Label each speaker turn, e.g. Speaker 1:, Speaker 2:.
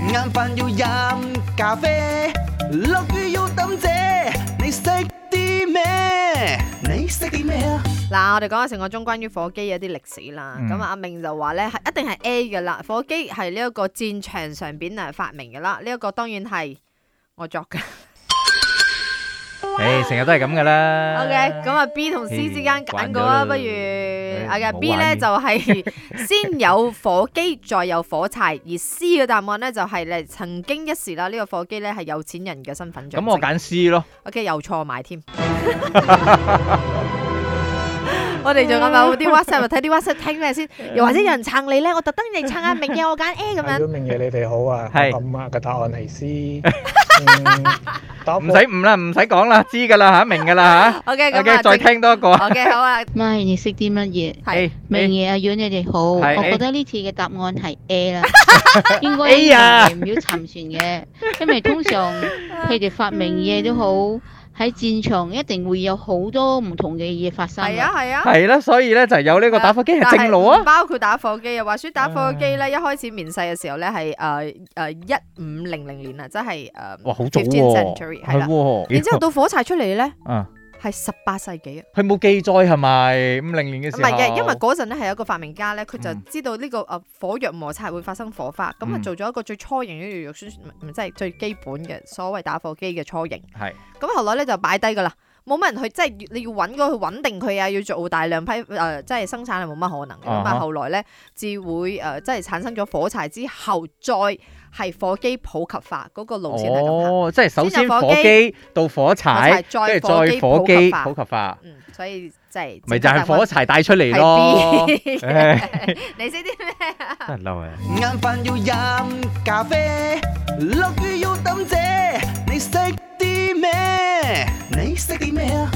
Speaker 1: 晏飯要飲咖啡，落雨要抌遮，你識啲咩？你識啲咩啊？
Speaker 2: 嗱，我哋講咗成個鐘關於火機嘅一啲歷史啦。
Speaker 3: 嗯
Speaker 2: 咁啊、阿明就話咧，係一定係 A 嘅啦。火機係呢一個戰場上邊啊發明嘅啦。呢、一個當然係我作 嘅。
Speaker 3: 唉，成日都係咁噶啦。
Speaker 2: OK，咁啊 B 同 C 之間揀過啊，
Speaker 3: 哎慣咗啦
Speaker 2: 不如
Speaker 3: 唉
Speaker 2: 啊嘅
Speaker 3: 冇
Speaker 2: B 咧
Speaker 3: 玩
Speaker 2: 就係 先有火機，再有火柴。而 C 嘅答案咧就係咧曾經一時啦，呢、個火機咧係有錢人嘅身份象徵。
Speaker 3: 咁我揀 C 咯，
Speaker 2: OK，又錯埋 添。我哋仲咁有啲 WhatsApp 啊睇啲 WhatsApp 聽咩先，又或者有人撐你咧，我特登嚟撐阿明嘅，我揀 A 咁
Speaker 4: 係
Speaker 2: 樣。
Speaker 4: 咯，明爺你哋好啊，
Speaker 3: 係
Speaker 4: 咁啊個答案係 C，嗯答
Speaker 3: 唔使唔啦，唔使講啦，知噶啦吓，明噶啦
Speaker 2: OK，
Speaker 3: 吓。
Speaker 2: 咁
Speaker 3: OK，
Speaker 2: 啊，
Speaker 3: 再聽多一個啊。
Speaker 2: OK，好 啊，
Speaker 5: 咪你識啲乜嘢？
Speaker 2: 係
Speaker 3: A，
Speaker 5: 明嘢阿遠，你哋好，
Speaker 3: 係
Speaker 5: 我
Speaker 3: A
Speaker 5: 覺得呢次嘅答案係 A 啦，應該
Speaker 3: A 啊
Speaker 5: 係唔要沉船嘅，因為通常佢哋發明嘢都好，喺戰場一定會有好多唔同嘅嘢發生㗎。
Speaker 2: 係啊，係啊。
Speaker 3: 係啦，所以咧就有呢個
Speaker 2: Ờ,
Speaker 3: 打火機係正路啊。
Speaker 2: 包括打火機啊，話説打火機咧，一開始面世嘅時候咧係誒誒一五零零年啊，即係誒。
Speaker 3: 哇，好早
Speaker 2: 15th
Speaker 3: 喎，
Speaker 2: century，係啦
Speaker 3: 喎。
Speaker 2: 然之後到火柴出嚟咧
Speaker 3: 啊，
Speaker 2: 係十八世紀啊，
Speaker 3: 佢冇記載係咪五零年嘅
Speaker 2: 唔
Speaker 3: 時候？
Speaker 2: 係嘅，因為嗰陣咧係有一個發明家咧，佢就
Speaker 3: 嗯
Speaker 2: 知道呢個誒火藥摩擦會發生火花，咁啊
Speaker 3: 嗯
Speaker 2: 做咗一個最初型嘅藥酸，唔即係最基本嘅所謂打火機嘅初型。
Speaker 3: 係
Speaker 2: 咁後來咧就擺低噶啦，冇乜人去，即係你要揾嗰去穩定佢啊，要做大量批誒、呃即係生產係冇乜可能嘅。咁啊、
Speaker 3: 啊哈
Speaker 2: 後來咧至會誒、呃即係產生咗火柴之後，再係火機普及化嗰、個路線係咁行。
Speaker 3: 哦，即係首
Speaker 2: 先
Speaker 3: 先
Speaker 2: 有
Speaker 3: 火
Speaker 2: 火
Speaker 3: 機到火柴，
Speaker 2: 火
Speaker 3: 跟
Speaker 2: 柴
Speaker 3: 住
Speaker 2: 再
Speaker 3: 再
Speaker 2: 火
Speaker 3: 火
Speaker 2: 機
Speaker 3: 機
Speaker 2: 普
Speaker 3: 普
Speaker 2: 及化，
Speaker 3: 及化，
Speaker 2: 嗯，所以即係
Speaker 3: 咪就係火柴帶出嚟咯。
Speaker 2: 係 B
Speaker 3: 唉
Speaker 2: 你識啲咩？
Speaker 3: 真係嬲啊！
Speaker 1: 晏飯要飲咖啡，落雨要抌遮，你識啲咩？你識啲咩啊？